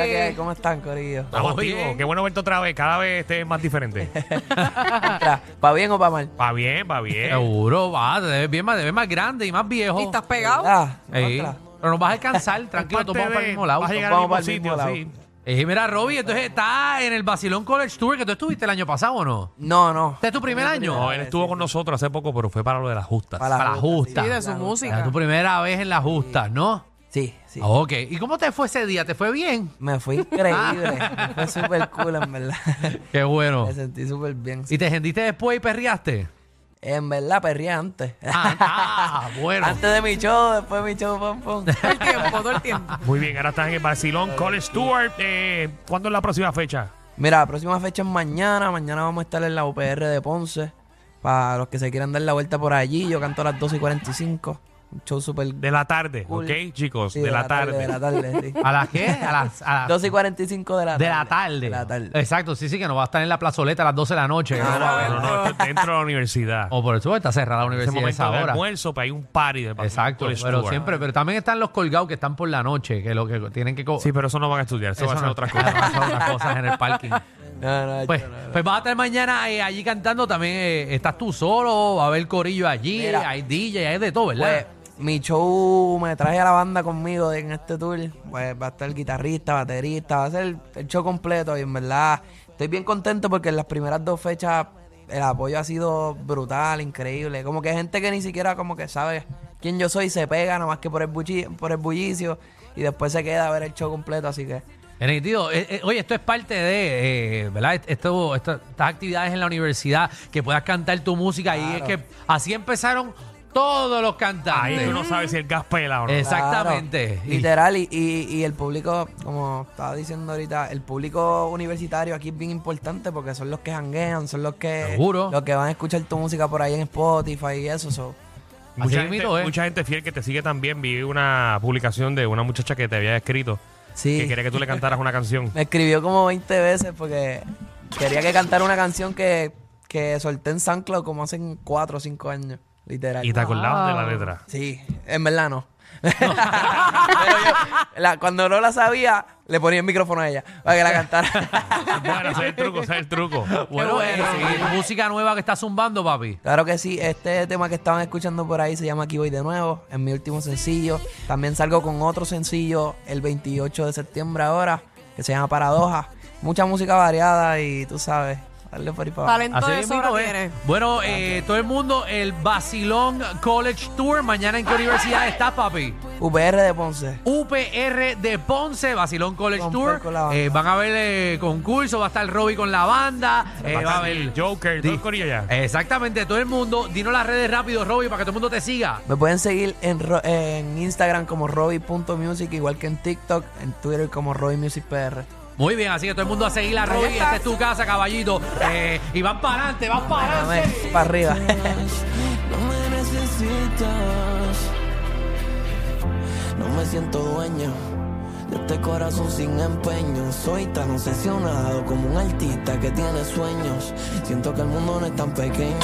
Hola, ¿qué hay? ¿Cómo están, Corillo? Estamos activos. Qué bueno verte otra vez. Cada vez este es más diferente. Tra, ¿Pa bien o pa mal? Va bien, va bien. Seguro, va, te ves bien más, te ves más grande y más viejo. Y estás pegado. Ah, Ey, otra. Pero nos vas a alcanzar, tranquilo, todos Parte vamos para el de- mismo lado. Vas a llegar Vamos al mismo para el mismo sitio, lado. sí. Ey, mira, Robbie, entonces está en el Basilón College Tour que tú estuviste el año pasado, ¿o no? No, no. ¿Este es tu primer año? No, él estuvo con nosotros hace poco, pero fue para lo de las justas. Para la Para la justa. Sí, de su Era música. tu primera vez en la justa, ¿no? Ah, Sí, sí. Ok. ¿Y cómo te fue ese día? ¿Te fue bien? Me fui increíble. Me fue súper cool, en verdad. Qué bueno. Me sentí súper bien. ¿Y te rendiste después y perriaste? En verdad, perré antes. Ah, ah, bueno. Antes de mi show, después de mi show, pum, pum. Todo el tiempo, todo el tiempo. Muy bien, ahora estás en el Barcelona College Tour. Eh, ¿Cuándo es la próxima fecha? Mira, la próxima fecha es mañana. Mañana vamos a estar en la UPR de Ponce. Para los que se quieran dar la vuelta por allí, yo canto a las 12 y 45. Un show súper. De la tarde, Cool. ¿ok, chicos? sí, de, la tarde. De la tarde, sí. ¿A las qué? A las, a las 12 y 45 de la tarde. de la tarde. Eh, De la tarde. Exacto, sí, sí, que no va a estar en la plazoleta a las 12 de la noche. No, no, no, no, esto es dentro de la universidad. O por eso está cerrada la En ese universidad a momento esa de hora. almuerzo, pero hay un party de Barcelona Exacto, College pero Tour. siempre, pero también están los colgados que están por la noche, que lo que tienen que co- Sí, pero eso no van a estudiar, eso, va a Eso ser no- otra cosa. eso son otras cosas en el parking. No, no, Pues, yo no. pues vas a estar mañana eh, allí cantando también. eh, estás tú solo, va a haber corillo allí, Mira. hay DJ, hay de todo, Pues, ¿verdad? mi show me traje a la banda conmigo en este tour. Pues va a estar guitarrista, baterista, va a ser el show completo. Y en verdad, estoy bien contento porque en las primeras dos fechas el apoyo ha sido brutal, increíble. Como que gente que ni siquiera como que sabe quién yo soy se pega, nada más que por el, bulli- por el bullicio. Y después se queda a ver el show completo, así que. En el sentido, eh, eh, oye, esto es parte de, eh, ¿verdad? Est- esto- esta- estas actividades en la universidad, que puedas cantar tu música. Y es que así empezaron todos los Ahí cantantes. tú no sabes si el gas pela o no. Exacto. Exactamente. Claro, Y- literal, y, y- y el público, como estaba diciendo ahorita, el público universitario aquí es bien importante porque son los que janguean, son los que, Seguro. los que van a escuchar tu música por ahí en Spotify y eso. so. Así Mucha gente, mismo es. mucha gente fiel que te sigue también. Vi una publicación de una muchacha que te había escrito Sí. que quería que tú le cantaras una canción. Me escribió como 20 veces porque quería que cantara una canción que, que solté en SoundCloud como hace 4 o 5 años, literal. Y te acordabas de la letra. Sí, en verdad no. Pero yo, la- cuando no la sabía, le ponía el micrófono a ella para que la cantara. Bueno, ese es el truco, ese es el truco. Bueno, bueno. eh, sí, música nueva que está zumbando, papi. Claro que sí, este tema que estaban escuchando por ahí se llama Aquí voy de nuevo, es mi último sencillo. También salgo con otro sencillo el 28 de septiembre ahora, que se llama Paradoja. Mucha música variada y tú sabes, darle por ahí para abajo. Talento de mismo sobra es. tiene. Bueno, eh, todo el mundo, el Basilón College Tour. Mañana en qué universidad está, papi. UPR de Ponce. UPR de Ponce, Basilón College Con Tour. Paco la banda. Eh, van a haber eh, concurso, va a estar Robbie con la banda. eh, Va a va a estar haber Joker, Di- dos corillos ya. Exactamente, todo el mundo. Dinos las redes rápido, Robbie, para que todo el mundo te siga. Me pueden seguir en, ro- en Instagram como Robbie.music, igual que en TikTok, en Twitter como RobbieMusicPR. Muy bien, así que todo el mundo a seguir a Robbie. Esta es tu casa, caballito. Eh, y van para adelante, van para adelante. Para arriba. No me necesitas. No me siento dueño de este corazón sin empeño. Soy tan obsesionado como un artista que tiene sueños. Siento que el mundo no es tan pequeño.